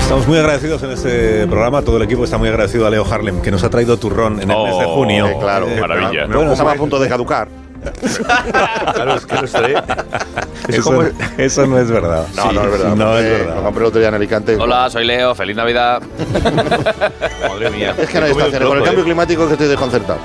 Estamos muy agradecidos en este programa, todo el equipo está muy agradecido a Leo Harlem, que nos ha traído turrón en el mes de Oh, junio. Eh, qué claro, maravilla. Ah, bueno, Bueno, estaba estaba a punto de caducar. Claro, es que no estaré. Eso, ¿Cómo es? eso no es verdad. No, no es verdad. No es Eh, verdad. Lo compré el otro día en Alicante. Hola, soy Leo, feliz Navidad. Madre mía. Es que no hay estaciones. Con el cambio climático es que estoy desconcertado.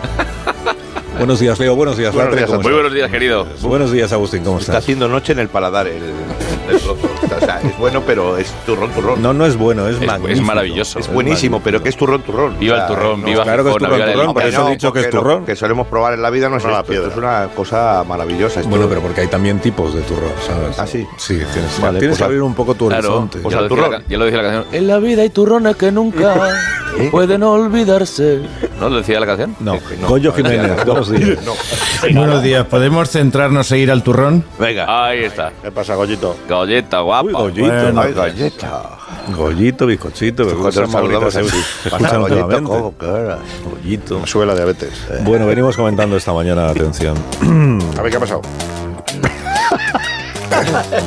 Buenos días, Leo. Buenos días, Buenos Latre. días a ¿cómo Muy estás? buenos días, querido. Buenos días, Agustín. ¿Cómo Está estás? haciendo noche en el paladar el, el trozo. Está- O sea, es bueno, pero es turrón, turrón. No, no es bueno, es, Es- Es, magnífico. maravilloso. es buenísimo, pero que es turrón, turrón. Viva O sea, el turrón, no- viva claro que es Gijón, turrón, viva la turrón, por limpieza. eso he dicho que es porque lo turrón. que solemos probar en la vida no es No, la esto, piedra. esto es una cosa maravillosa. esto. Bueno, pero porque hay también tipos de turrón, ¿sabes? Ah, sí. Sí, tienes, Vale, tienes pues que a- abrir un poco tu Claro, horizonte. ya al lo decía la turrón. ca- ya lo decía la canción. En la vida hay turrones que nunca pueden olvidarse. ¿No lo decía la canción? No, no. Goyo Jiménez, buenos días. Buenos días, ¿podemos centrarnos e ir al turrón? Venga. Ahí está. ¿Qué pasa, Goyito? Galleta, guapa. Uy, Goyito. Bueno, Ay, galleta. Gollito, bizcochito, que Nosotros cosas más saludamos bonitas se a- se Pasa, ¿eh? escuchan galleta, últimamente. como quieras. Gollito. Me sube la diabetes. eh. Bueno, venimos comentando esta mañana, atención. A ver qué ha pasado.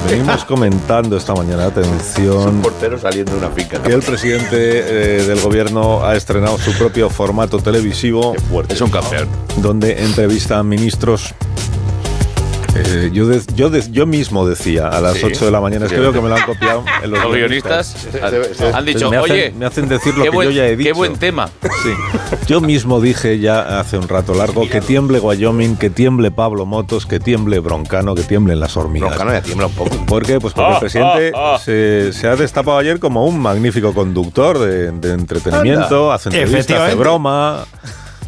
Venimos comentando esta mañana, atención. Un portero saliendo de una finca. Que el presidente eh, del gobierno ha estrenado su propio formato televisivo Es un campeón. donde entrevista a ministros. Eh, yo, de- yo, de- yo mismo decía a las Sí. 8 de la mañana, es que Sí. veo que me lo han copiado en los, Los guionistas sí, han- han dicho, me hacen, oye, me hacen decir lo qué que yo buen, ya he dicho. qué buen tema. Sí. Yo mismo dije ya hace un rato largo que tiemble Wyoming, que tiemble Pablo Motos, que tiemble Broncano, que tiemblen las hormigas. Broncano ya tiembla un poco. ¿Por qué? Pues porque Ah, el presidente ah, ah. Se, se ha destapado ayer como un magnífico conductor de, de entretenimiento, hace entrevistas, hace Efectivamente. broma,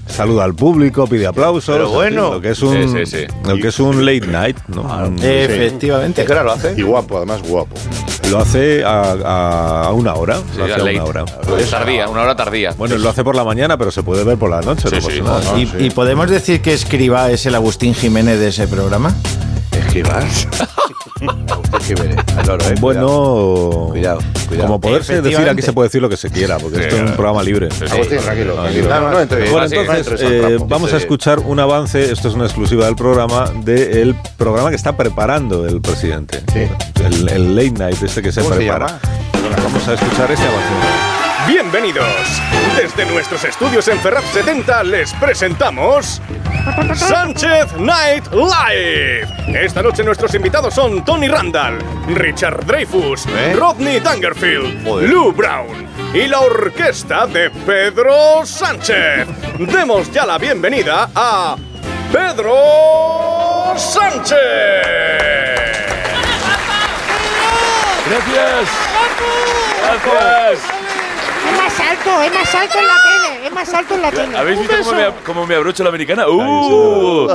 saluda al público, pide aplausos. Pero bueno. en fin, lo que es un, Sí, sí, sí. Ah, lo que es un late night, ¿no? Un- Efectivamente. ¿Qué hora lo hace? Y guapo, además guapo. Lo hace a, a- a una hora. Sí, lo hace a late. una hora. Tardía, una hora tardía. Bueno, lo hace por la mañana, pero se puede ver por la noche. Sí, no pasa sí. nada. ¿Y, y podemos decir que Escriba es el Agustín Jiménez de ese programa? Escribas. Jiménez. al oro, eh, Bueno, Cuidado, cuidado. como poderse decir, Efectivamente. aquí se puede decir lo que se quiera, porque Sí, esto es un claro. programa libre. Sí, sí. Agustín, tranquilo, tranquilo. No, no, no entres. Bueno, Ah, sí. entonces Entres al eh, trapo. vamos a Sí. escuchar un avance, esto es una exclusiva del programa, del programa que está preparando el presidente. El, el late night este que se ¿Cómo se prepara. llama? vamos a escuchar este avance. Bienvenidos. Desde nuestros estudios en Ferraz 70 les presentamos Sánchez Night Live. Esta noche nuestros invitados son Tony Randall, Richard Dreyfus, ¿Eh? Rodney Dangerfield, Joder. Lou Brown y la orquesta de Pedro Sánchez. Demos ya la bienvenida a Pedro Sánchez. Gracias. Gracias. Es más alto, es más alto en la tele, es más alto en la tele. ¿Habéis visto cómo me, ab- cómo me abrocho la americana? ¡Uh!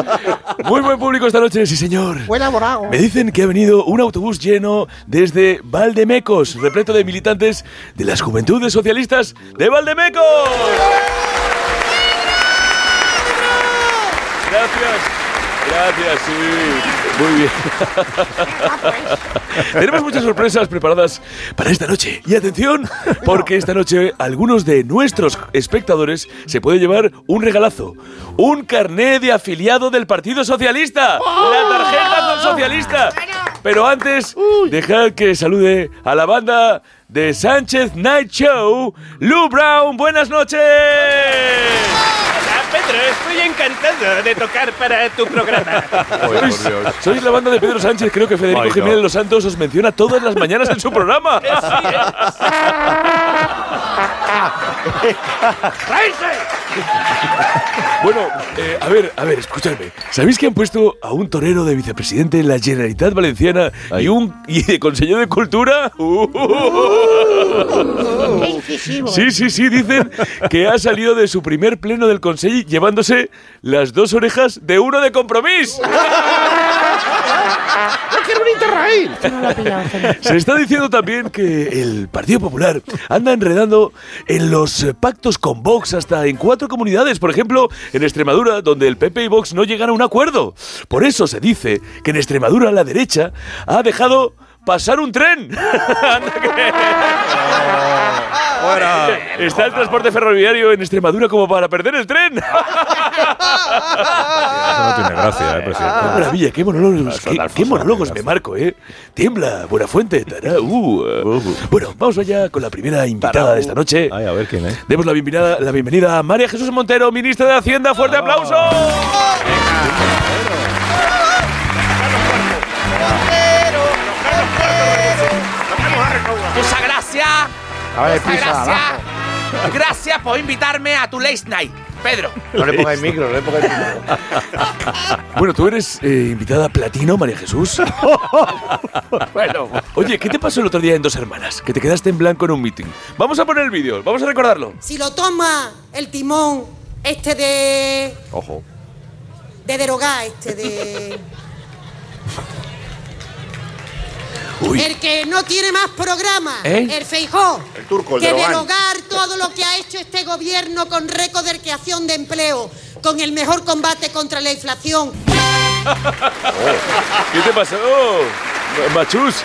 Muy buen público esta noche, sí señor. Huele a borago. Me dicen que ha venido un autobús lleno desde Valdemecos, repleto de militantes de las Juventudes Socialistas de Valdemecos. Gracias, gracias, sí. Muy bien. Ah, pues. Tenemos muchas sorpresas preparadas para esta noche. Y atención, porque esta noche algunos de nuestros espectadores se puede llevar un regalazo. Un carné de afiliado del Partido Socialista. La tarjeta socialista. Pero antes, dejad que salude a la banda de Sánchez Night Show. Lou Brown, buenas noches. Pedro, estoy encantado de tocar para tu programa. Sois, sois la banda de Pedro Sánchez, creo que Federico Ay, no. Jiménez Los Santos os menciona todas las mañanas en su programa. Bueno, eh, a ver, a ver, escuchadme. ¿Sabéis que han puesto a un torero de vicepresidente en la Generalitat Valenciana y un y de consejero de cultura? ¡Oh! Qué incisivo. Sí, sí, sí, dicen que ha salido de su primer pleno del Consejo llevándose las dos orejas de uno de compromiso. Esto no lo ha pillado, Felipe. Se está diciendo también que el Partido Popular anda enredando en los eh, pactos con Vox hasta en cuatro comunidades, por ejemplo, en Extremadura, donde el PP y Vox no llegan a un acuerdo. Por eso se dice que en Extremadura la derecha ha dejado pasar un tren. Anda que- Está el transporte ferroviario en Extremadura como para perder el tren. Eso no tiene gracia, ¿eh, Qué presidente? maravilla, qué monólogos, Alfonso, qué, Alfonso, qué monólogos me Alfonso. marco, ¿eh? Tiembla, Buenafuente, Tará, uh, eh. Bueno, vamos allá con la primera invitada de esta noche. Ay, a ver quién eh. es. Demos la bienvenida, la bienvenida a María Jesús Montero, ministra de Hacienda. ¡Fuerte aplauso! Muchas gracias. A ver, Muchas pisa, gracias. Gracias por invitarme a tu late night, Pedro. No le pongáis micro, no le pongáis micro. Bueno, tú eres eh, invitada platino, María Jesús. Bueno, Oye, ¿qué te pasó el otro día en Dos Hermanas? Que te quedaste en blanco en un meeting. Vamos a poner el vídeo, vamos a recordarlo. Si lo toma el timón este de. Ojo. de derogar, este de. Uy. El que no tiene más programa, ¿Eh? el Feijó. El turco, el Que Erdogan. derogar todo lo que ha hecho este gobierno con récord de creación de empleo, con el mejor combate contra la inflación. Oh. ¿Qué te pasó? Machus.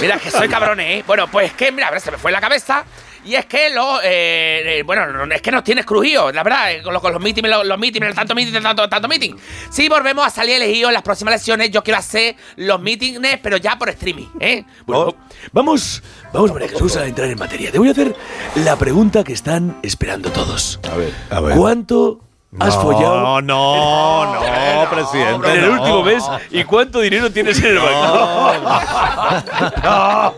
mira que soy cabrón, ¿eh? Bueno, pues que, mira, ahora se me fue la cabeza. Y es que lo, eh, eh, bueno, no- es que nos tienes crujido, la verdad, eh, con, lo- con los meetings, los, los meetings, tanto meeting, tanto, tanto meeting. Si volvemos a salir elegidos en las próximas elecciones, yo quiero hacer los meetings, pero ya por streaming, ¿eh? Bueno, vamos, vamos, María Jesús, a entrar en materia. Te voy a hacer la pregunta que están esperando todos. A ver. A ver. ¿Cuánto has follado No, no, no, presidente. en el no. último mes y cuánto dinero tienes en el banco? Pero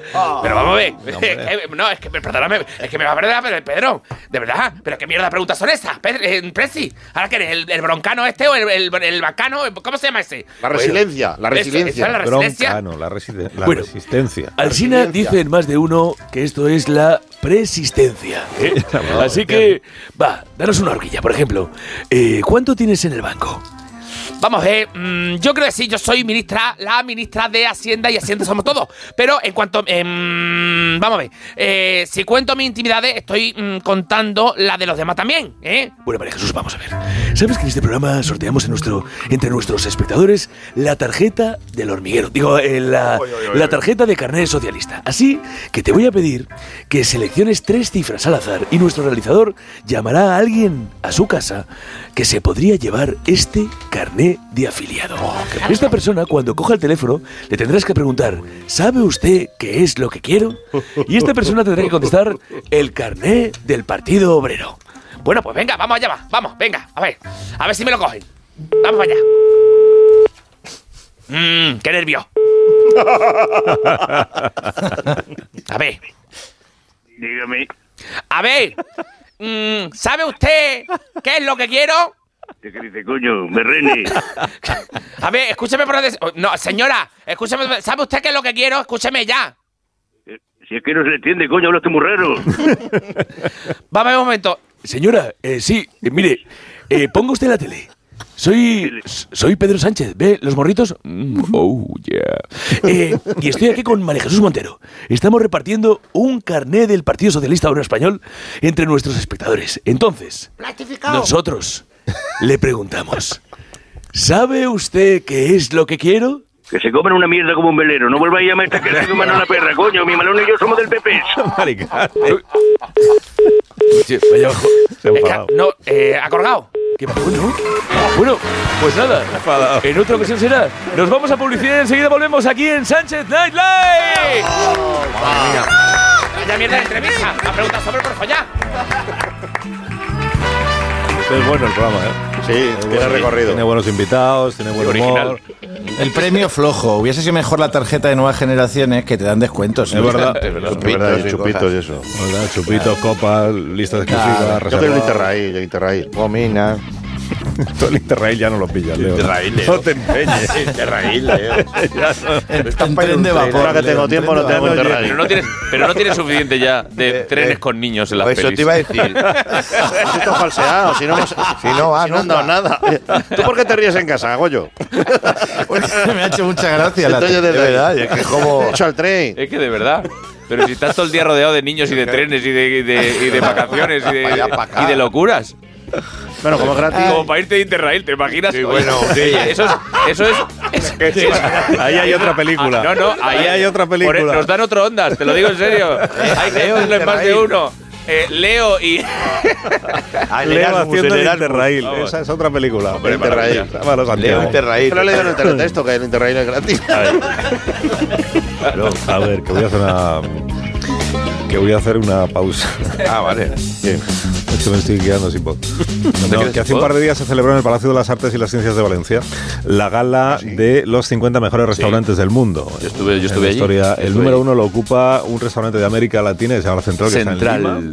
vamos a ver. es que- no, es que, perdóname, es que me va a perder, pero Pedro, de verdad, pero qué mierda preguntas son esas, Pedro, eh, Presi. Ahora que eres el, el broncano este o el, el, el bacano, ¿cómo se llama ese? Pues, La resiliencia, la Eso, resiliencia. esa es la resiliencia. Broncano, la, reside- la Bueno. resistencia. Alsina dice en más de uno que esto es la persistencia. ¿eh? Así que, va, danos una horquilla, por ejemplo. Eh, ¿Cuánto tienes en el banco? Vamos, eh, mm, yo creo que sí, yo soy ministra, la ministra de Hacienda y Hacienda somos todos. Pero en cuanto. eh, mm, vamos a ver. eh, si cuento mis intimidades, estoy mm, contando la de los demás también, ¿eh? Bueno, María Jesús, vamos a ver. ¿Sabes que en este programa sorteamos en nuestro, entre nuestros espectadores la tarjeta del hormiguero? Digo, eh, la, la tarjeta de carnet socialista. Así que te voy a pedir que selecciones tres cifras al azar y nuestro realizador llamará a alguien a su casa que se podría llevar este carnet de afiliado. Esta persona, cuando coja el teléfono, le tendrás que preguntar, ¿sabe usted qué es lo que quiero? Y esta persona tendrá que contestar el carnet del Partido Obrero. Bueno, pues venga, vamos allá, va. Vamos, venga, a ver. A ver si me lo cogen. Vamos allá. Mmm, qué nervio. A ver. Dígame, A ver. Mm, ¿Sabe usted qué es lo que quiero? ¿qué dice, coño? Berrene. A ver, escúcheme por des- oh, No, señora, escúcheme. ¿Sabe usted qué es lo que quiero? Escúcheme ya. Si es que no se le entiende, coño, hablaste muy raro. Vamos a ver un momento. Señora, eh, sí, eh, mire, eh, ponga usted la tele. Soy, soy Pedro Sánchez. ¿Ve los morritos? Mm, oh, yeah. Eh, y estoy aquí con María Jesús Montero. Estamos repartiendo un carné del Partido Socialista Obrero Español entre nuestros espectadores. Entonces, Platificado. nosotros le preguntamos: ¿Sabe usted qué es lo que quiero? Que se comen una mierda como un velero. No vuelváis a llamar a esta que se coman a la perra, coño. Mi malón y yo somos del PP. Oye, vaya abajo. Se ha Es que- enfadado. no, eh, ha colgado. ¿Qué pasó, no? Bueno, pues nada. En otra ocasión será. Nos vamos a publicidad y enseguida volvemos aquí en Sánchez Night Live. Ah. Vaya mierda de entrevista. La pregunta sobre por follar. Es bueno el programa, ¿eh? Sí, tiene Tiene recorrido. buenos invitados, tiene buen humor. El premio flojo. Hubiese sido mejor la tarjeta de nuevas generaciones que te dan descuentos. ¿eh? Es verdad. Es Es verdad, los chupitos y eso. Hola, chupitos, copas, listas exclusivas, Yo tengo el reservadas. Interrail, el Interrail. Gomina. Todo el Interrail ya no lo pillas, Leo. Interrail, eh. Leo. No te empeñes. Interrail, Leo. En tren de vapor. Ahora que tengo Leo, tiempo, en no tren de tengo vapor. Interrail. Pero no tienes, pero no tienes suficiente ya de trenes con niños en la Pues eso te iba a decir. Esto es falseado, si no, hemos- si no, va, si no han dado nada. ¿Tú por qué te ríes en casa, Goyo? Porque me ha hecho mucha gracia la Estoy yo de desde ahí. verdad. Es que como Echa el tren. Es que de verdad. Pero si estás todo el día rodeado de niños y de trenes y de, y de- y de vacaciones y Pa' allá, pa' de, acá. y de locuras. Bueno, como es Como gratis. para irte de Interrail, ¿te imaginas? Sí, bueno, Oye, Eso es. Eso es, es- Ahí hay otra película. Ah, no, no, ahí Ahí hay otra por- película. Eh, nos dan otro ondas, te lo digo en serio. Hay que Eh, Leo, hacerlo en más de Interrail. uno. Eh, Leo y. Ah, en Leo Erasmus, haciendo en el Erasmus. Interrail. Ah, bueno. Esa es otra película. Hombre, Interrail. maravilla. Vámonos, Santiago. Leo Interrail. Pero he leído en el teletexto que el Interrail es gratis. Claro. A ver, que voy a hacer una. Que voy a hacer una pausa. Ah, vale. Bien. Es que me estoy quedando sin voz. No, quedas que sin hace un voz? par de días se celebró en el Palacio de las Artes y las Ciencias de Valencia la Ah, gala de los 50 mejores restaurantes del mundo. Yo estuve- yo estuve allí. Historia, Estuve el número allí. uno lo ocupa un restaurante de América Latina que se llama La Central, que está en Central. Lima.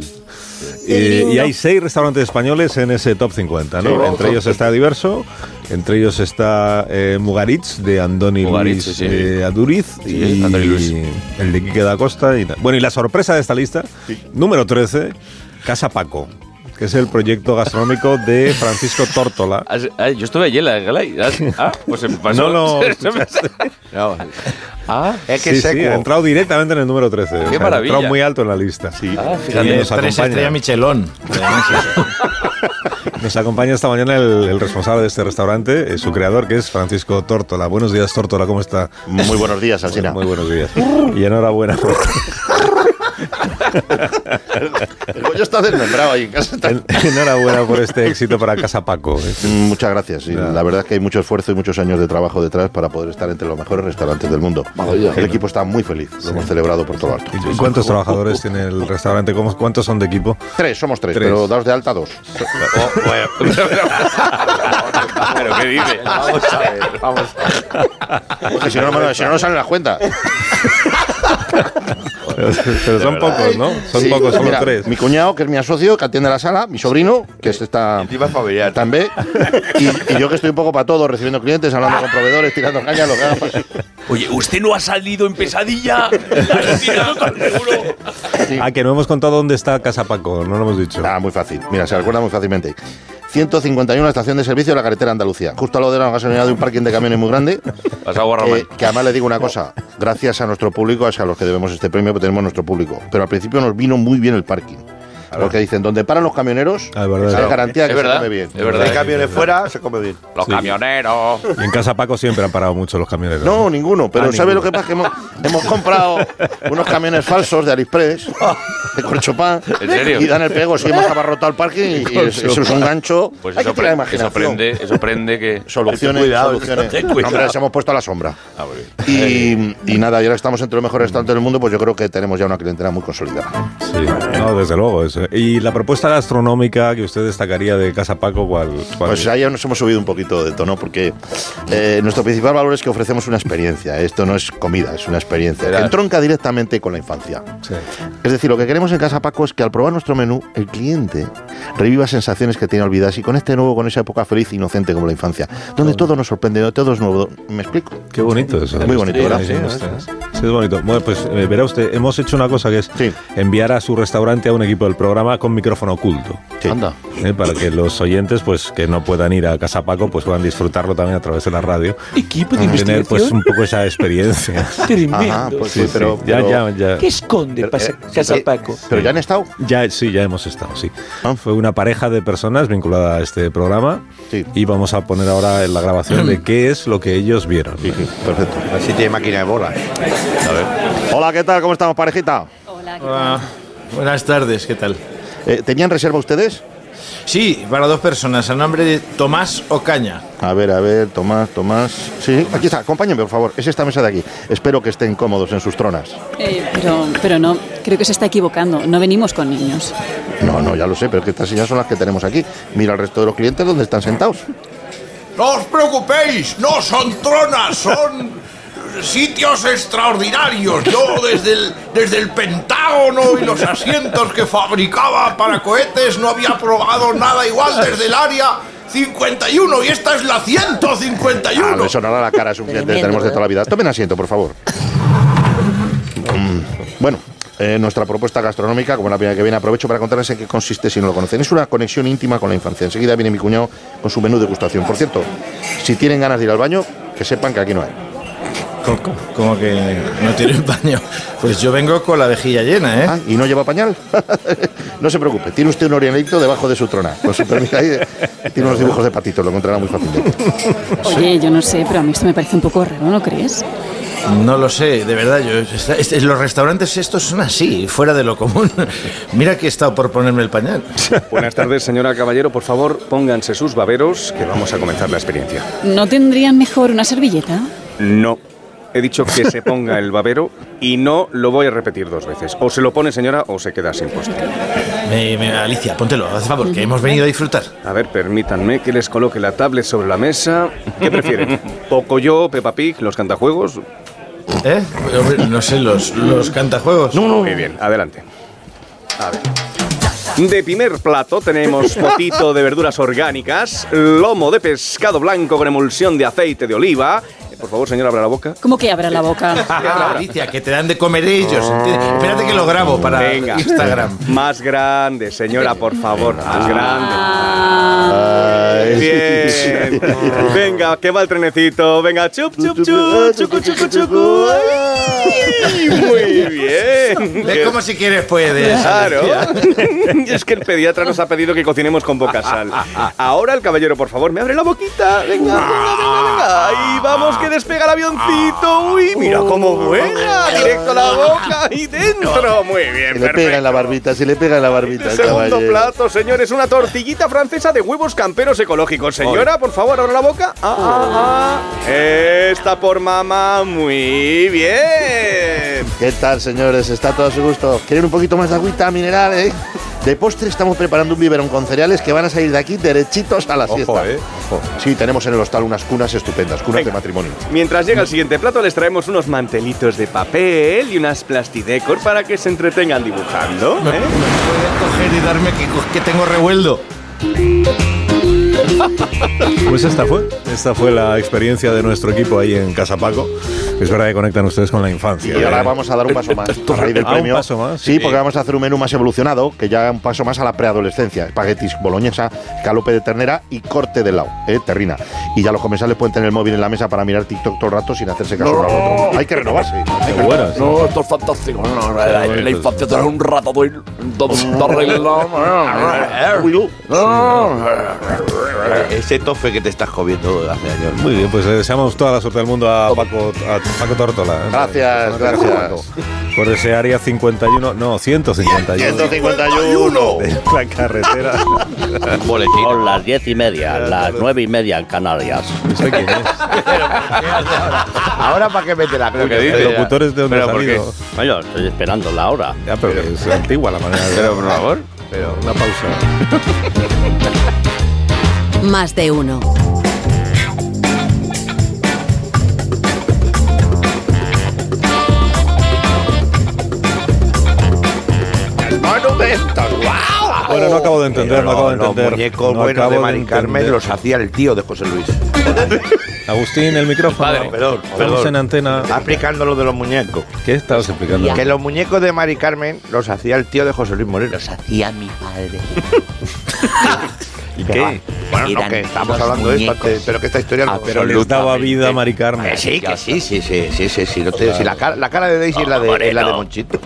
Eh, y hay seis restaurantes españoles en ese top 50, ¿no? Sí, entre top ellos está Diverso, entre ellos está eh, Mugaritz de Andoni Mugaritz, Luis sí, sí. eh, Aduriz y Andoni Luis. el de Quique da Costa. Y tal. bueno, y la sorpresa de esta lista, número 13, Casa Paco, que es el proyecto gastronómico de Francisco Tórtola. Has- ah, yo estuve allí en la gala. y- has- Ah, pues se me pasó. No lo Se me- ah, Es que sí, sí, ha entrado directamente en el número 13. o sea, ha maravilla. entrado muy alto en la lista. Ah, Y fíjate, nos Tres acompaña. estrellas Michelón. Nos acompaña esta mañana el, el responsable de este restaurante, eh, su creador, que es Francisco Tórtola. Buenos días, Tórtola, ¿cómo está? Muy buenos días, Alsina. Muy buenos días. Y enhorabuena. por- El Goyo está desmembrado ahí en casa. en- enhorabuena por este éxito para Casa Paco. eh. Mm, Muchas gracias. sí. La verdad es que hay mucho esfuerzo y muchos años de trabajo detrás para poder estar entre los mejores restaurantes del mundo. El equipo está muy feliz. Lo hemos celebrado por todo lo alto. ¿Y ¿Cuántos trabajadores tiene el restaurante? ¿Cómo- ¿Cuántos son de equipo? Tres, somos tres, Tres. pero daos de alta dos. pero ¿qué dice? Vamos a ver, vamos a ver. Porque si no, no, si no, no salen las cuentas. Pero son pocos, ¿no? Son Sí, pocos, solo mira, tres. Mi cuñado, que es mi socio, que atiende la sala, mi sobrino, que es esta Encima es familiar. también, y, y yo que estoy un poco para todo, recibiendo clientes, hablando con proveedores, tirando caña, lo que haga falta. Oye, ¿usted no ha salido en pesadilla? Sí. Ah, que no hemos contado dónde está Casa Paco, no lo hemos dicho. Ah, muy fácil. Mira, se recuerda muy fácilmente. 151 estación de servicio de la carretera Andalucía. Justo al lado de la gasolinera de un parking de camiones muy grande. Vas a Guarramán. Eh, que además le digo una cosa, gracias a nuestro público, es a los que debemos este premio, porque tenemos nuestro público. Pero al principio nos vino muy bien el parking. Porque dicen, donde paran los camioneros, Ah, es verdad. hay Claro. garantía Es que verdad, se come bien. es verdad. Hay camiones fuera, se come bien. Los camioneros. Y en Casa Paco siempre han parado mucho los camioneros. No, ninguno, pero Ah, ¿sabes ninguno. lo que pasa? Que hemos, hemos comprado unos camiones falsos de Aliexpress, de Corchopán, ¿En serio? y dan el pego, si hemos abarrotado el parking y, y eso es un gancho. Pues hay eso, que tirar pre- imaginación. eso prende, eso prende que. Soluciones, Cuidado, soluciones. ten No, hombre, cuidado. las hemos puesto a la sombra. Ah, muy bien. Y, y nada, y ahora que estamos entre los mejores restaurantes del mundo, pues yo creo que tenemos ya una clientela muy consolidada. Sí, no, desde luego. eso. Y la propuesta gastronómica que usted destacaría de Casa Paco, ¿cuál? cuál Pues es? ahí ya nos hemos subido un poquito de tono porque eh, nuestro principal valor es que ofrecemos una experiencia. Esto no es comida, es una experiencia que Verás. entronca directamente con la infancia. Sí. Es decir, lo que queremos en Casa Paco es que al probar nuestro menú, el cliente reviva sensaciones que tiene olvidadas y con este nuevo, con esa época feliz e inocente como la infancia, donde todo nos sorprende, todo es nuevo. ¿Me explico? Qué bonito eso. Muy bonito, Sí, gracias. sí, sí, sí, es bonito. Bueno, pues eh, verá usted, hemos hecho una cosa que es Sí. enviar a su restaurante a un equipo del programa con micrófono oculto. Sí. ¿eh? Para que los oyentes, pues que no puedan ir a Casa Paco, pues puedan disfrutarlo también a través de la radio. Equipo de Y tener pues investigación un poco esa experiencia. Ajá, tremendo. pues sí, pero, ya, pero- ya, ya. ¿Qué esconde pasa- Casa Paco? eh, pero ya han estado. Ya, sí, ya hemos estado, sí. Ah. Fue una pareja de personas vinculada a este programa Sí. y vamos a poner ahora en la grabación de qué es lo que ellos vieron. Sí, sí, perfecto. Así tiene máquina de bolas. Hola, ¿qué tal? ¿Cómo estamos, parejita? Ah, buenas tardes, ¿qué tal? Eh, ¿Tenían reserva ustedes? Sí, para dos personas, a nombre de Tomás Ocaña. A ver, a ver, Tomás, Tomás. Sí, aquí está, acompáñenme, por favor. Es esta mesa de aquí. Espero que estén cómodos en sus tronas. Eh, pero, pero no, creo que se está equivocando. No venimos con niños. No, no, ya lo sé, pero es que estas sillas son las que tenemos aquí. Mira al resto de los clientes donde están sentados. No os preocupéis, no son tronas, son sitios extraordinarios. Yo desde el, desde el Pentágono y los asientos que fabricaba para cohetes no había probado nada igual desde el área 51 y esta es la 151. Ah, le sonará la cara, es un cliente que tenemos de toda la vida. Tomen asiento, por favor. Mm, Bueno. eh, nuestra propuesta gastronómica, como la primera que viene, aprovecho para contarles en qué consiste si no lo conocen. Es una conexión íntima con la infancia. Enseguida viene mi cuñado con su menú de gustación. Por cierto, si tienen ganas de ir al baño, que sepan que aquí no hay. Co- co- Como que no tiene baño. Pues yo vengo con la vejilla llena, ¿eh? Ah, ¿Y no lleva pañal? no se preocupe, tiene usted un orientadito debajo de su trona. Con su permiso ahí, tiene unos dibujos de patitos, lo encontrará muy fácilmente. Oye, yo no sé, pero a mí esto me parece un poco raro, ¿no crees? No lo sé, de verdad. Yo, esta- este- los restaurantes estos son así, fuera de lo común. Mira que he estado por ponerme el pañal. Buenas tardes, señora Caballero. Por favor, pónganse sus baberos que vamos a comenzar la experiencia. ¿No tendrían mejor una servilleta? No. He dicho que se ponga el babero y no lo voy a repetir dos veces. O se lo pone, señora, o se queda sin puesto. Me- me- Alicia, póntelo, haz favor, que hemos venido a disfrutar. A ver, permítanme que les coloque la tablet sobre la mesa. ¿Qué prefieren? ¿Pocoyo, Peppa Pig, los cantajuegos? ¿Eh? Hombre, No sé, los, los cantajuegos. No, no. Muy bien, adelante. A ver. De primer plato tenemos potito de verduras orgánicas, lomo de pescado blanco con emulsión de aceite de oliva. Por favor, señora, abra la boca. ¿Cómo que abra la boca? Alicia, que te dan de comer ellos. ¿entiendes? Espérate que lo grabo para Oh. Venga. Instagram. Ah. Más grande, señora, por favor, más grande. Bien. Venga, que va el trenecito. Venga, chup, chup, chup, chucu, chucu, chucu. Ay, Muy bien. Ve como si quieres puedes. Claro. Alicia. es que el pediatra nos ha pedido que cocinemos con poca sal. Ahora el caballero, por favor, me abre la boquita. Venga, venga, venga, venga. Ahí vamos, que despega el avioncito. Uy, mira cómo vuela. Directo a la boca y dentro. Muy bien, Se le Eh, perfecto. pega en la barbita, se le pega en la barbita. al Segundo caballero. plato, señores, una tortillita francesa de huevos camperos ecológicos. Señora, por favor, abra la boca. Ah, ah, ah. Esta por mamá, muy bien. ¿Qué tal, señores? ¿Está todo a su gusto? ¿Quieren un poquito más de agüita mineral, eh? De postre estamos preparando un biberón con cereales que van a salir de aquí derechitos a la siesta. eh. Sí, tenemos en el hostal unas cunas estupendas, cunas de matrimonio. Mientras llega el siguiente plato, les traemos unos mantelitos de papel y unas plastidecor para que se entretengan dibujando. ¿eh? Coger y darme que, co- que tengo revueldo. Pues esta fue. Esta fue la experiencia de nuestro equipo ahí en Casapaco. Es verdad que conectan ustedes con la infancia. Y ahora ¿eh? vamos a dar un paso más. a raíz del Ah, un premio. paso más. Sí, porque vamos a hacer un menú más evolucionado, que ya un paso más a la preadolescencia. Espaguetis boloñesa, calope de ternera y corte de lao, eh, terrina. Y ya los comensales pueden tener el móvil en la mesa para mirar TikTok todo el rato sin hacerse caso uno al otro. Hay que renovarse. Hay que renovarse. No, esto es fantástico. No, no, la, la infancia será un ratador. Ese tofe que te estás comiendo hace años. Muy bien, pues le deseamos toda la suerte del mundo a Paco, a Paco Tortola. ¿eh? Gracias, gracias. Por ese área 51, no, 151. 151. De la carretera. Son las diez y media, las nueve y media en Canarias. Ahora para qué mete la Pero cuña. que dice- ¿El locutor es de dónde pero ha ¿por qué? salido? Bueno, estoy esperando la hora. Ya, pero, que es antigua la manera de... Pero, por favor. Pero una pausa. Más de uno. Bueno, no acabo de entender, no acabo de entender. Los muñecos No buenos acabo de de Mari Carmen entender. los hacía el tío de José Luis. Agustín, el micrófono. Padre, perdón. Estamos en antena. Está explicando lo de los muñecos. ¿Qué estabas explicando? Que los muñecos de Mari Carmen los hacía el tío de José Luis Moreno. Los hacía mi padre. ¿Y qué? Bueno, no, que estamos hablando de esto, antes, pero que esta historia... Ah, pero les daba vida a Mari Carmen. Que Ah, sí, que sí, sí, sí, sí, sí, sí, no te- Claro. sí, la, cara, la cara de Daisy es la de, es la de Moreno. Monchito.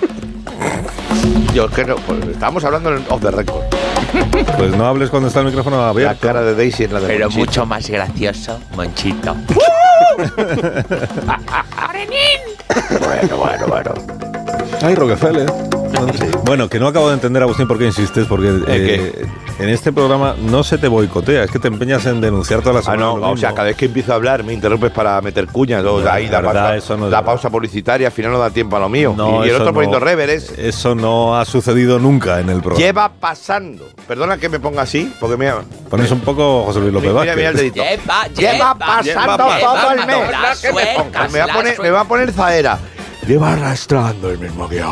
Yo es que no, pues, estábamos hablando en off the record. Pues no hables cuando está el micrófono abierto. La cara de Daisy es la de Pero mucho más gracioso, Monchito. bueno, bueno, bueno. Ay, Rockefeller. Bueno, que no acabo de entender, Agustín, por qué insistes, porque eh, en este programa no se te boicotea, es que te empeñas en denunciar todas las Ah, no, o sea, cada vez que empiezo a hablar me interrumpes para meter cuñas. luego ahí da, verdad, pausa, eso no es da verdad. pausa publicitaria, al final no da tiempo a lo mío. y el otro poniendo reveres. Eso no ha sucedido nunca en el programa. Lleva pasando. Perdona que me ponga así, porque mira. Pones un poco José Luis López Mira, mira, Vázquez. el dedito. Lleva, Lleva lleva, pasando lleva todo el pasando mes. las Que me, ponga, suecas, me va a las poner, suecas. me va a poner zaera. Lleva arrastrando el mismo guión.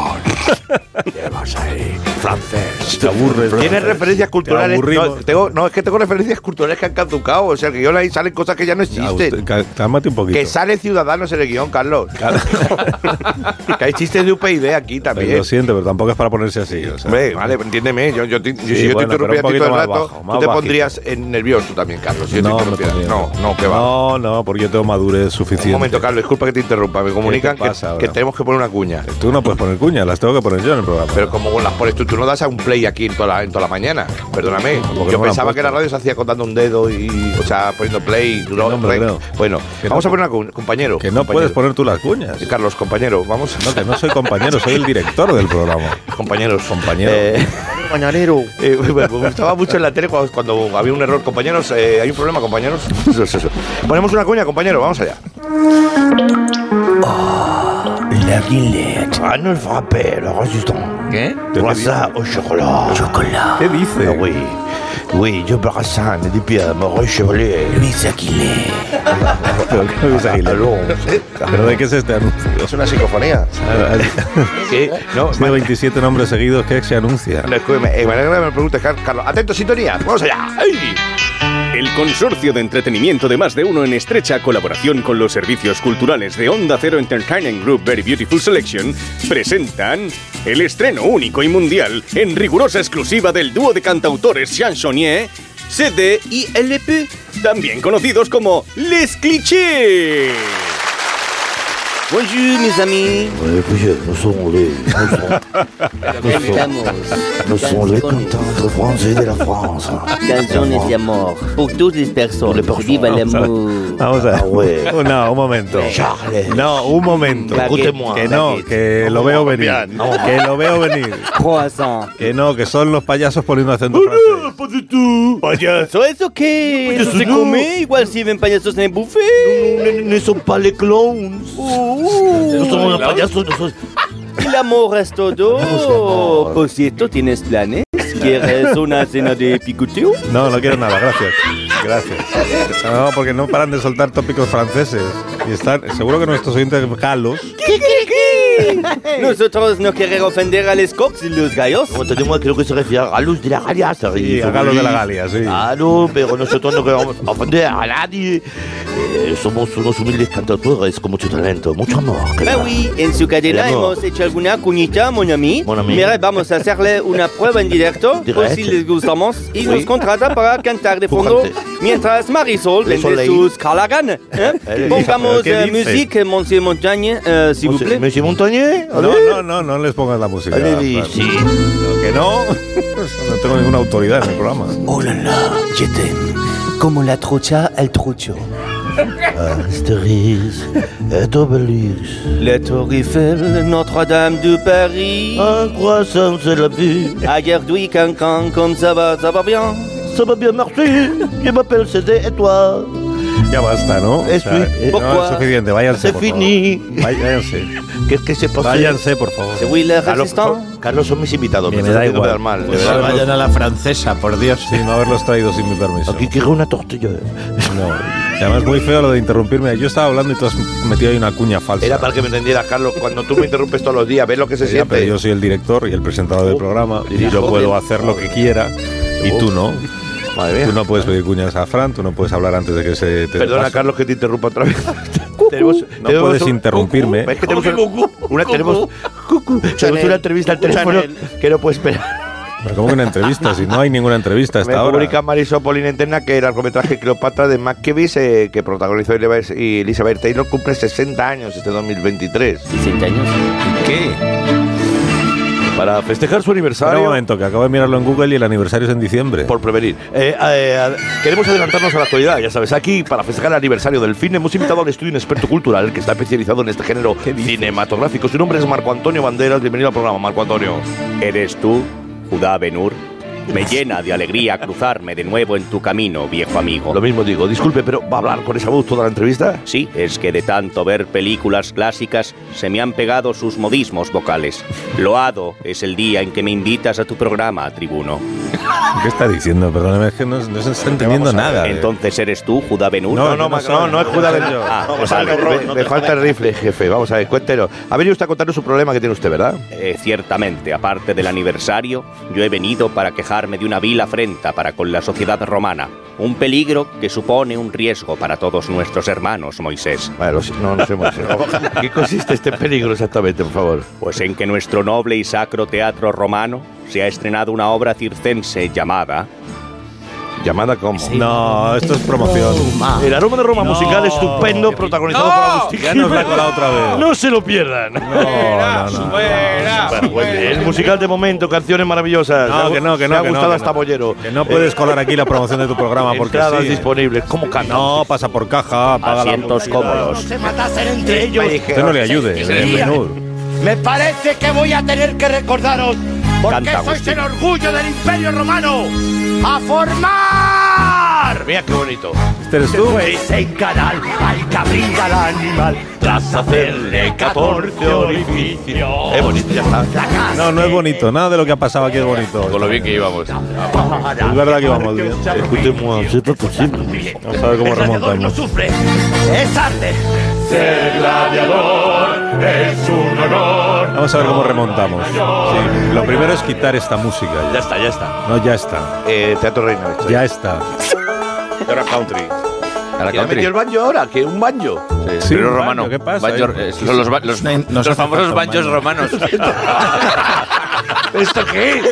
Llevas ahí. Francés. Te aburres. Tienes Francés. referencias culturales. Te No, aburrimos. tengo- no, es que tengo referencias culturales que han caducado. O sea, que yo ahí salen cosas que ya no Ya, existen. usted, cá- cálmate un poquito. Que sale Ciudadanos en el guión, Carlos. que hay chistes de UPyD aquí Pero también. Eh, Lo siento, pero tampoco es para ponerse así. o sea. Hombre, vale, entiéndeme. Yo, yo, te- yo- Sí, si yo bueno, te interrumpía a pero un ti todo el poquito más rato, bajo, tú más te bajito. pondrías en nervioso también, Carlos. Si yo te no, me interrumpiera. pondría- no, no, que va. No, no, porque yo tengo madurez suficiente. Un momento, Carlos, disculpa que te interrumpa. Me comunican ¿Qué te que, pasa que ahora? tenemos tenemos que poner una cuña. Tú no puedes poner cuñas, las tengo que poner yo en el programa. Pero como las pones tú, tú no das a un play aquí en toda la, en toda la mañana. Perdóname. que no Yo me la pensaba han que la radio se hacía contando un dedo y. O sea, poniendo play, rock, hombre, rec. creo. Bueno, Que vamos no- a poner una cuña, compañero. Que no puedes poner tú las cuñas. Carlos, compañero, vamos. No, que no soy compañero, soy el director del programa. Compañeros. Compañero. Compañero. me gustaba mucho en la tele cuando, cuando había un error, compañeros. eh, ¿Hay un problema, compañeros? Eso, eso, eso. Ponemos una cuña, compañero, vamos allá. La Guillette. Ah, no el frappé, la résistance. ¿Qué? Croissant au chocolat. Chocolat. ¿Qué dice? oui. Oui, je brassane des pierres, mon chevalier. Luis Aguilé. ¿Pero de qué es este anuncio? Es una psicofonía. ¿Qué? No, Han sido 27 nombres seguidos que se anuncia. No, escúchame, eh, me alegra que me preguntes, Car- Carlos. Atento, sintonía. Vamos allá. ¡Ay! El consorcio de entretenimiento de más de uno en estrecha colaboración con los servicios culturales de Onda Cero Entertainment Group Very Beautiful Selection presentan el estreno único y mundial en rigurosa exclusiva del dúo de cantautores Chansonnier, CD y LP, también conocidos como Les Clichés. Bonjour, mis amis. Ouais, écoutez, nous sommes les. Nous sommes, nous sommes, nous sommes les contentes français de la France. Canciones de amor. Por todas las personas. Viva el Vamos a ver. amor. Vamos Ah, a güey. ver. No, Oh, un momento. No, un momento. Que Baguette, no, baguette. que lo veo venir. Vamos. Que lo veo venir. Croissant. Que no, que son los payasos poniendo acento francés. ¿Payaso? ¿Eso qué? pues, ¿Eso se come? Igual sirven payasos en el buffet. No, son pas les clowns. No somos payasos, no somos... El amor es todo. Por cierto, ¿tienes planes? ¿Quieres una cena de picoteo? No, no quiero nada, gracias. Gracias. No, porque no paran de soltar tópicos franceses. Y están, seguro que nuestros oyentes galos. Nosotros no queremos ofender a los cops y los gallos. Entendez-moi, creo que se refiere a los de la Galia, se Sí, refiere. a galos de la Galia, sí. Ah, no, pero nosotros no queremos ofender a nadie. Eh, somos unos humildes cantautores con mucho talento, mucho amor. Bah claro. oui, en su cadena El amor. hemos hecho alguna cuñita, mon ami. Mon ami. Mira, vamos a hacerle una prueba en directo, por Directo. si les gustamos, y Sí. nos contrata para cantar de fondo Fíjate. mientras Marisol Le vende Soleil. sus calaganes. ¿eh? Eh, Pongamos ¿qué eh, dice? música, Monsieur Montagne, eh, s'il vous plaît. Monsieur Montañé, No, no, no, no les pongas la música. Allez, sí. No, Que no. No tengo ninguna autoridad en el programa. Oh là là, je t'aime. Como la trocha al trucho. Ah, Asterix, et Obélix. La Tour Eiffel, Notre-Dame de Paris. Un croissant, c'est la vie. Ayer, oui, cancan, comme ça va, ça va bien. Ça va bien marcher. Je m'appelle CD et toi. Ya basta, ¿no? Es fi- eh, no Pourquoi? es suficiente, váyanse. C'est por fini. favor. Vay- Váyanse. Qu'est-ce que c'est passé Váyanse, por favor. Oui, le Carlos, résistant. Carlos, son mis invitados. Bien, Me me da da igual. quedar mal. de Pues verdad. vayan a la francesa, por Dios. Sí, no haberlos traído sin mi permiso. Aquí quiero una tortilla. No. Y además, muy feo lo de interrumpirme. Yo estaba hablando y tú has metido ahí una cuña falsa. Era para que me entendieras, Carlos. Cuando tú me interrumpes todos los días, ves lo que se Ya, pero siente. Oh, yo soy el director y el presentador del programa y diría, yo joder. puedo hacer lo que quiera y tú no. Madre Tú mía. no puedes pedir cuñas a Fran, tú no puedes hablar antes de que se te dé Perdona, paso. Carlos, que te interrumpa otra vez. tenemos, No puedes un- interrumpirme. Es que tenemos una, una- tenemos, tenemos una entrevista al teléfono que no puede esperar. Pero ¿Cómo que una entrevista? Si no hay ninguna entrevista Me hasta ahora. publica Marisol Polina Interna que el largometraje Cleopatra de McKevish, eh, que protagonizó Eleva- y Elizabeth Taylor, cumple 60 años este 2023. ¿60 años? ¿Qué? Para festejar su Espera un aniversario. momento, que acabo de mirarlo en Google y el aniversario es en diciembre. Por prevenir. Eh, eh, ad- queremos adelantarnos a la actualidad, ya sabes, aquí para festejar el aniversario del cine hemos invitado al estudio un experto cultural que está especializado en este género cinematográfico. Su nombre es Marco Antonio Banderas. Bienvenido al programa, Marco Antonio. ¿Eres tú, Judá Benur? Me llena de alegría cruzarme de nuevo en tu camino, viejo amigo. Lo mismo digo, disculpe, pero ¿va a hablar con esa voz toda la entrevista? Sí, es que de tanto ver películas clásicas se me han pegado sus modismos vocales. Loado es el día en que me invitas a tu programa, tribuno. ¿Qué está diciendo? Perdóname, es que no, no se está entendiendo nada. Entonces eres tú, Judá Benur. No, no, Mac- no, no es Judá Benur. Ah, No, pues me vale. falta el- me- me falta el rifle, jefe. Vamos a ver, cuéntelo. Ha venido usted a contarnos su problema que tiene usted, ¿verdad? Eh, ciertamente, aparte del aniversario, yo he venido para quejarme de una vil afrenta para con la sociedad romana. Un peligro que supone un riesgo para todos nuestros hermanos, Moisés. Bueno, no nos hemos. ¿Qué consiste este peligro exactamente, por favor? Pues en que nuestro noble y sacro teatro romano se ha estrenado una obra circense llamada ¿Llamada cómo? No, esto es promoción. El aroma de Roma No. musical estupendo, protagonizado por Agustín Ya nos la ha Gilbert. colado otra vez. No se lo pierdan. No, no, no. El musical de momento, canciones maravillosas. No, que no, que no. Me ha que no, gustado que no. hasta Bollero. Que no puedes colar aquí la promoción de tu programa porque Entradas sí. disponibles. ¿Cómo canta? No, pasa por caja, paga la Asientos cómodos. Se matasen entre ellos. Usted no le ayude. Sí, el sí. menú. Me parece que voy a tener que recordaros porque Canta, sois Agustín. el orgullo del Imperio Romano. ¡A formar! Mira qué bonito. ¿Este eres tú? Pues en canal al que brinda al animal tras hacerle 14 orificios. Es bonito, ya está. No, no es bonito. Nada de lo que ha pasado aquí es bonito. Con lo bien que íbamos. Es verdad que vamos bien. Escúcheme, si esto es posible. Vamos a ver cómo remontamos. Sufre, es arte. Ser gladiador es un honor. Vamos a ver cómo remontamos. Sí. Lo primero es quitar esta música. Ya está, ya está. No, ya está. Eh, Teatro Reina. Ya está. Ahora country. Ahora ¿Quién ha metido el banjo ahora? ¿Qué? ¿Un banjo? Sí, un pero baño, romano. ¿qué pasa, Baño- eh? eh, son los, ba- los- No hay- nos los hace famosos falta un baños baño. romanos. ¿Esto qué?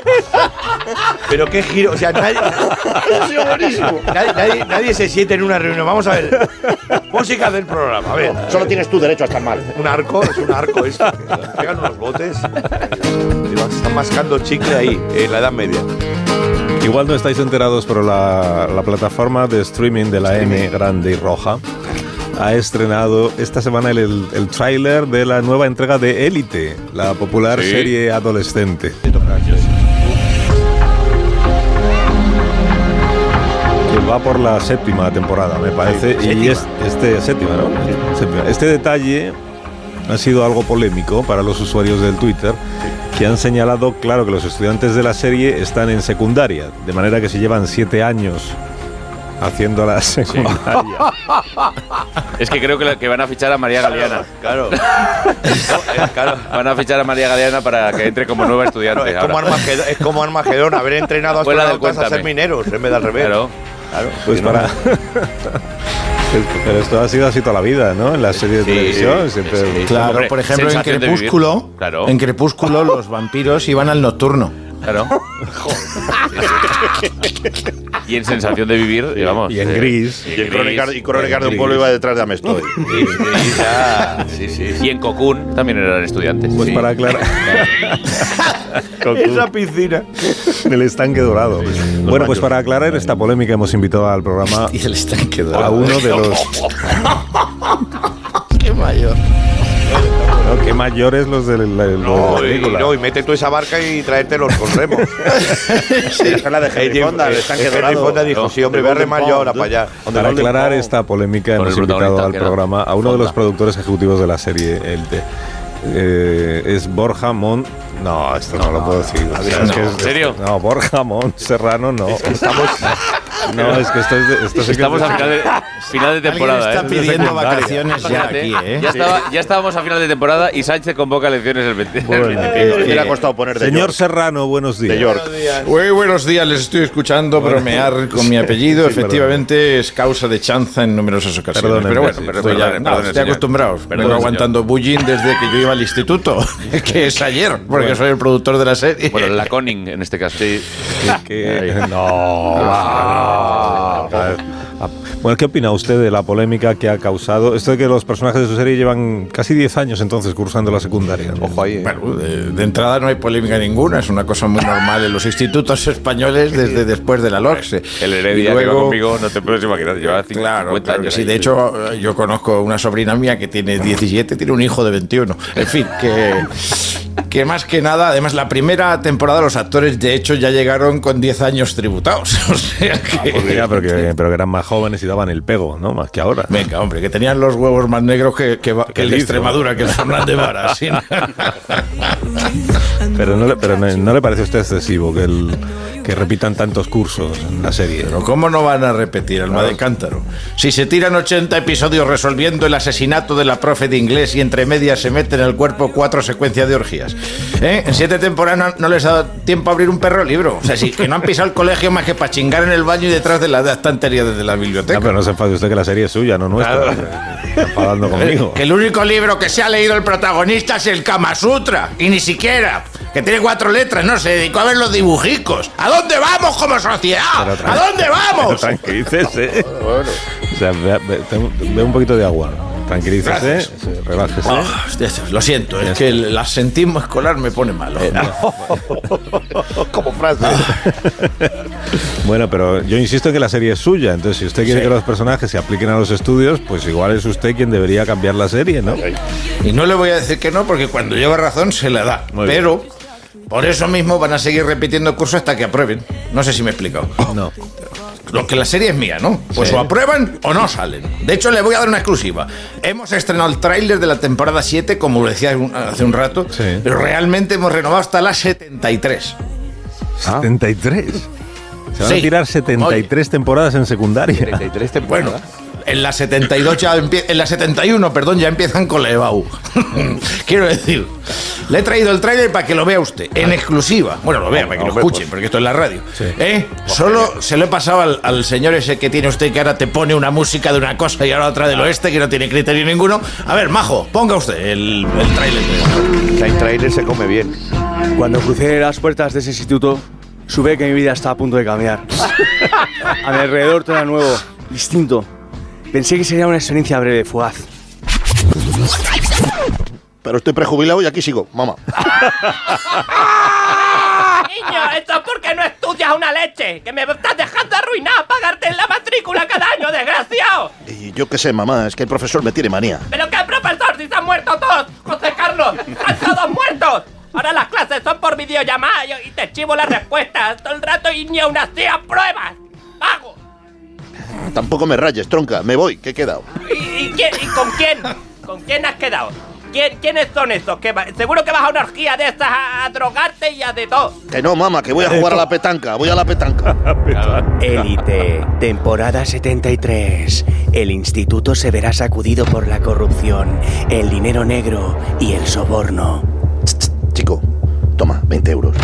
Pero qué giro. O sea, nadie. Ha sido buenísimo. Nadie, nadie- nadie se siente en una reunión. Vamos a ver. Música del programa. A ver. Solo tienes tú derecho a estar mal. Un arco, es un arco esto. Pegan unos botes. Y vas- Están mascando chicle ahí, en la Edad Media. Igual no estáis enterados, pero la, la plataforma de streaming de la M grande y roja ha estrenado esta semana el, el, el tráiler de la nueva entrega de Élite, la popular Sí. serie adolescente. Que va por la séptima temporada, me parece. Y es, este séptima, ¿no? Séptima. Este detalle ha sido algo polémico para los usuarios del Twitter, que han señalado, claro, que los estudiantes de la serie están en secundaria, de manera que se llevan siete años haciendo la secundaria. Es que creo que, la- que van a fichar a María Galeana. Claro. eh, Van a fichar a María Galeana para que entre como nueva estudiante. Es como, ahora. Armagedón, es como Armagedón, haber entrenado a Fue la del astronautas a ser Cuéntame. mineros en vez de al revés. Claro. Pues para. Pero esto ha sido así toda la vida, ¿no? En las series de televisión. siempre- Claro, por ejemplo, en sensación de vivir. Crepúsculo, Claro. en Crepúsculo los vampiros iban al nocturno. Claro. y en sensación de vivir, digamos. Y en eh, gris. Y, el crónica, y Crónicas de un Gris. pueblo iba detrás de Amestoy. "Ah, Sí, sí, sí. Y en Cocoon también eran estudiantes. Pues sí. para aclarar. Esa piscina. El estanque dorado. bueno, pues para aclarar esta polémica hemos invitado al programa Y el estanque a dorado. uno de los. Qué mayor. ¿no? Qué mayores los de la, los de la No, y, película. no, y mete tú esa barca y tráetelos con remos. Esa es la de Henry Fonda, el estanque Henry dorado. Fonda dijo, sí, hombre, voy a remar yo ahora para allá. Para aclarar esta polémica Con el hemos invitado protagonista, al que era programa a uno de Fonda. los productores ejecutivos de la serie, el de. eh, es Borja Mon. No, esto no, lo puedo decir. O sea, es no. que es- ¿En serio? No, Borja Mon Serrano no. Estamos, No, es que esto es. de- esto sí que es Estamos de- a final de, final de temporada. Alguien está ¿eh? pidiendo secundaria. vacaciones ya aquí, ¿eh? Ya, estaba- ya estábamos a final de temporada y Sánchez convoca elecciones el 20. Bueno, eh, Me hubiera costado poner de Señor York. Serrano, buenos días. De York. Muy buenos días, les estoy escuchando bromear con mi apellido. Sí, Efectivamente, es causa de chanza en numerosas ocasiones. Perdóneme, pero bueno, sí, estoy, perdóneme, ya- perdóneme, no, estoy señor. acostumbrado. Perdóneme, Vengo señor. aguantando bullying desde que yo iba al instituto, que es ayer, porque soy el productor de la serie. Bueno, la Conning en este caso. Sí. Que- Oh, No. Ah, ah, Bueno, ¿qué opina usted de la polémica que ha causado? Esto de que los personajes de su serie llevan casi 10 años entonces cursando la secundaria. ¿no? Ojo ahí. eh. Bueno, de, de entrada no hay polémica ninguna, es una cosa muy normal en los institutos españoles desde después de la LORSE. El Heredia Y que va luego- conmigo, no te puedes imaginar, lleva 50 Claro, claro que años. sí. ahí. De hecho, eh, yo conozco una sobrina mía que tiene 17, tiene un hijo de 21. En fin, que, que más que nada, además, la primera temporada los actores, de hecho, ya llegaron con 10 años tributados. O sea que- Porque ya, Ah, pues pero, que, pero que eran más jóvenes y daban el pego, ¿no? Más que ahora. Venga, hombre, que tenían los huevos más negros que, que, va- que el de liso. Extremadura, que el Fernández Vara. sí. Pero no le, pero no, no le parece a usted excesivo que, el, que repitan tantos cursos en la serie. Pero ¿cómo no van a repetir alma de cántaro? Si se tiran 80 episodios resolviendo el asesinato de la profe de inglés y entre medias se meten al cuerpo cuatro secuencias de orgías. ¿Eh? En siete temporadas no, no les ha dado tiempo a abrir un perro libro. O sea, sí, que no han pisado el colegio más que para chingar en el baño y detrás de la estantería de la biblioteca. No, pero no se enfade usted que la serie es suya, no nuestra. Está enfadando conmigo. Que el único libro que se ha leído el protagonista es el Kama Sutra. Y ni siquiera. Que tiene cuatro letras, no, se dedicó a ver los dibujicos. ¿A dónde vamos como sociedad? Pero ¡Ah! ¿A tranqui- dónde Pero vamos? tranquilícese. O sea, vea- ve- tengo- ve un poquito de agua. Tranquilícese, Gracias. se- relájese. Ah, hostia, lo siento, es que el asentismo escolar me pone malo. Eh, Ah, Como frase. Bueno, pero yo insisto en que la serie es suya, entonces si usted quiere que los personajes se apliquen a los estudios, pues igual es usted quien debería cambiar la serie, ¿no? Y no le voy a decir que no, porque cuando lleva razón se la da. Pero por eso mismo van a seguir repitiendo curso hasta que aprueben. No sé si me he explicado. No. Lo que la serie es mía, ¿no? Pues Sí. o aprueban o no salen. De hecho, le voy a dar una exclusiva. Hemos estrenado el tráiler de la temporada 7, como lo decía un- hace un rato, pero realmente hemos renovado hasta la 73. 73. Se van Sí. a tirar 73 temporadas en secundaria. 73 temporadas. En la 72 ya empie- en la 71, perdón, ya empiezan con la EBAU. Quiero decir, le he traído el tráiler para que lo vea usted, en exclusiva. Bueno, lo vea, para que lo escuche, porque esto es la radio. ¿Eh? Solo se lo he pasado al, al señor ese que tiene usted, que ahora te pone una música de una cosa y ahora otra del oeste, que no tiene criterio ninguno. A ver, Majo, ponga usted el, el tráiler. El trailer se come bien. Cuando crucé las puertas de ese instituto, supe que mi vida estaba a punto de cambiar. a mi alrededor todo era nuevo, distinto. Pensé que sería una experiencia breve, fugaz. Pero estoy prejubilado y aquí sigo, mamá. Niño, esto es porque no estudias una leche. Que me estás dejando arruinar pagarte en la matrícula cada año, desgraciado. Y yo qué sé, mamá, es que el profesor me tiene manía. Pero qué profesor, si están muertos todos. José Carlos, están todos muertos. Ahora las clases son por videollamada y y te chivo las respuestas todo el rato y ni aún así pruebas. Tampoco me rayes, tronca, me voy, que he quedado. ¿Y, y quién- y con quién? ¿Con quién has quedado? ¿Quién- ¿Quiénes son estos? que va- Seguro que vas a una orgía de estas a, a drogarte y a de todo. Que no, mamá, que voy a jugar a la petanca, voy a la petanca. Élite, temporada 73. El instituto se verá sacudido por la corrupción, el dinero negro y el soborno. Chico, toma, 20 euros.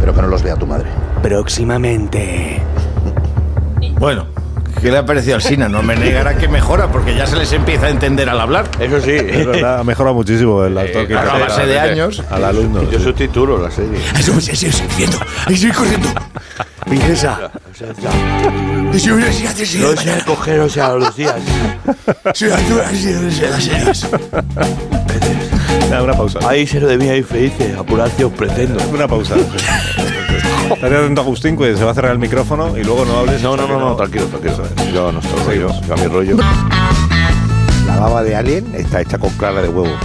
Pero que no los vea tu madre. Próximamente. Bueno, ¿qué le ha parecido al Sina? No me negará que mejora, porque ya se les empieza a entender al hablar. Eso sí, Es verdad, ha mejorado muchísimo el actor que claro, a base de interpreta años. Al alumno. Yo subtitulo la serie. Estoy corriendo. Princesa. Y si hubiera sido así, No sé cogeros a los días. si hubiera sido así, las series. una pausa. Ahí se lo debía ir felices, apurarse os pretendo. Una pausa. Estaré atento Agustín, que se va a cerrar el micrófono y luego no hables. No, no, no, no, tranquilo, tranquilo. Yo no estoy rollo, yo a mi rollo. La baba de Alien está hecha con clara de huevo.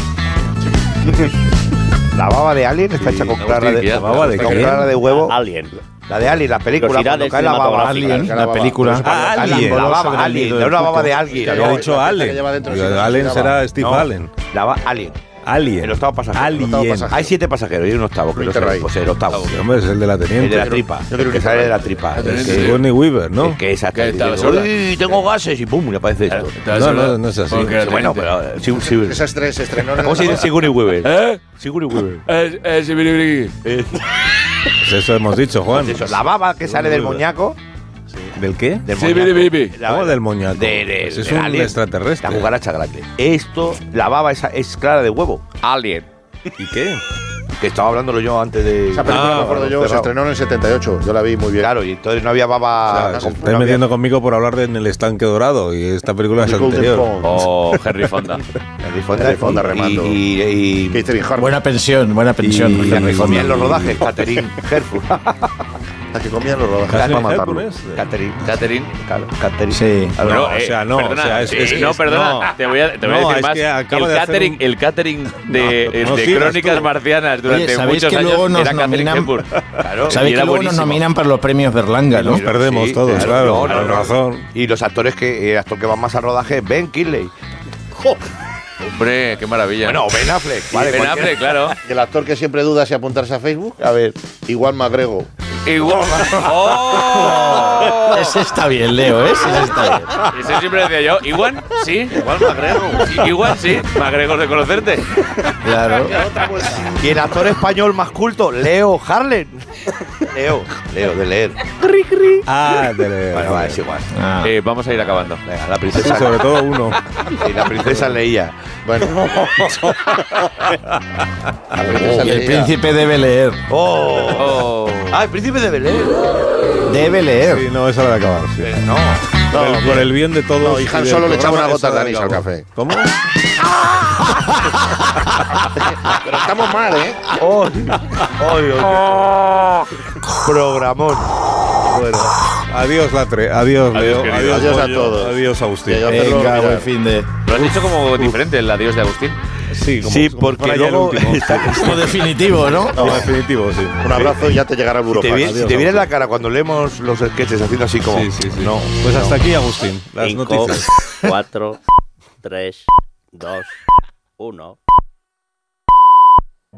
La baba de Alien está hecha con clara de, ya, con ¿baba de con qué? clara de huevo. Alien. La de Alien, la película. Curiosidades cuando cae la baba. cinematográficas. Alien, cae la la baba. película. Cuando cae la- Alien. La baba Hablábamos del Alien, nido no del la baba cuco. de Alien. Había dicho Allen. Allen será Steve Allen. La baba Alien. Alien. El octavo pasajero. Alien. Hay siete pasajeros y un octavo. Que no sé, Interray. pues el octavo. Hombre, es el de la teniente. El de la tripa. El que sale de la tripa. El Es que- Sigourney Weaver, ¿no? el que es acá. estaba Dice, sola. Uy, tengo gases y pum, le aparece esto. estaba No, sola. no, no es así. Porque era Bueno, pero. eh, sí, sí. Esas tres se estrenó en el- ¿Cómo se dice Sigourney Weaver? ¿Eh? Sigourney Weaver. Eh, eh, sí, mire, mire. Eh, Pues eso hemos dicho, Juan. Eso, la baba que sale del moñaco. ¿Del qué? Del Sí, moñaco. vive, vive, vive. ¿Cómo del moñaco? De, de- Pues es del un alien. extraterrestre. La cucaracha grande. Esto, la baba esa es clara de huevo. Alien. ¿Y qué? Ah, Que estaba hablándolo yo antes de. Esa película, me acuerdo yo, se estrenó en el 78. Yo la vi muy bien. Claro, y entonces no había baba. Te Estás metiendo conmigo por hablar de En el estanque dorado y esta película es anterior. Oh, Henry Fonda. Henry Fonda, Henry Fonda remando. Y, y, Buena pensión, buena pensión. Y la que comía en los rodajes, Caterín. Catherine Herford. la que comía en los rodajes. Catherine para matarlo. Hepburn es. Catherine. Catherine. eh, Claro, Catherine. Sí. Ah, Bueno, no, eh, o sea, no, perdona, o sea, es- sí, es- es- no, perdona, no. te voy a, te voy a No, decir es más. que acaba el, de hacer catering, el catering de, eh, no de sigas Crónicas tú. Marcianas durante Oye, ¿sabéis muchos que años luego nos era Catherine nominan- Hepburn. Claro, y ¿Sabéis era que luego nos buenísimo. eh, nominan para los premios Berlanga, no? Nos perdemos todos, claro, con razón. Y los actores que, eh, actor que van más al rodaje, Ben Kirley. Hombre, qué maravilla. Bueno, Ben Affleck, vale, ben cualquiera. Affleck, claro. El actor que siempre duda si apuntarse a Facebook. A ver. Igual MacGregor. Igual. Oh. Oh. Ese está bien, Leo, ¿eh? Ese está bien. Eso siempre decía yo. Igual, sí. Igual Magrego. Igual, sí. Magrego de conocerte. Claro. Y el actor español más culto, Leo Harlan. Leo, Leo, de leer. Ah, de leer. Bueno, va, es igual. Eh, vamos a ir acabando. Venga, la princesa. Sí, sobre todo uno. Y la princesa leía. Bueno. La Oh, princesa Y el leía. príncipe debe leer. Oh. Ah, el príncipe de Belén. Debe leer. Sí, no, es hora de acabar. sí. Eh, No. por, el, por el bien de todos. No, y Han del Solo le echaba una programa, es gota de hora anís al acabar. café. ¿Cómo? Pero estamos mal, ¿eh? Hoy. Hoy, Oh. Programón. Bueno. Adiós, Latre. Adiós, Leo. querido. Adiós a Goyo. todos. Adiós, Agustín. Y adiós, Venga, Ferrol, buen mira. fin de. Lo has dicho como diferente el adiós de Agustín. Sí, como, Sí, como porque fuera ya el luego- último. Lo definitivo, ¿no? No, definitivo, sí. Un abrazo y ya te llegará el Si burro. te vi- si Si te te viera la cara cuando leemos los sketches haciendo así como. Sí, sí, sí. No. Pues hasta aquí, Agustín. Las Cinco, noticias. cuatro, tres, dos, uno.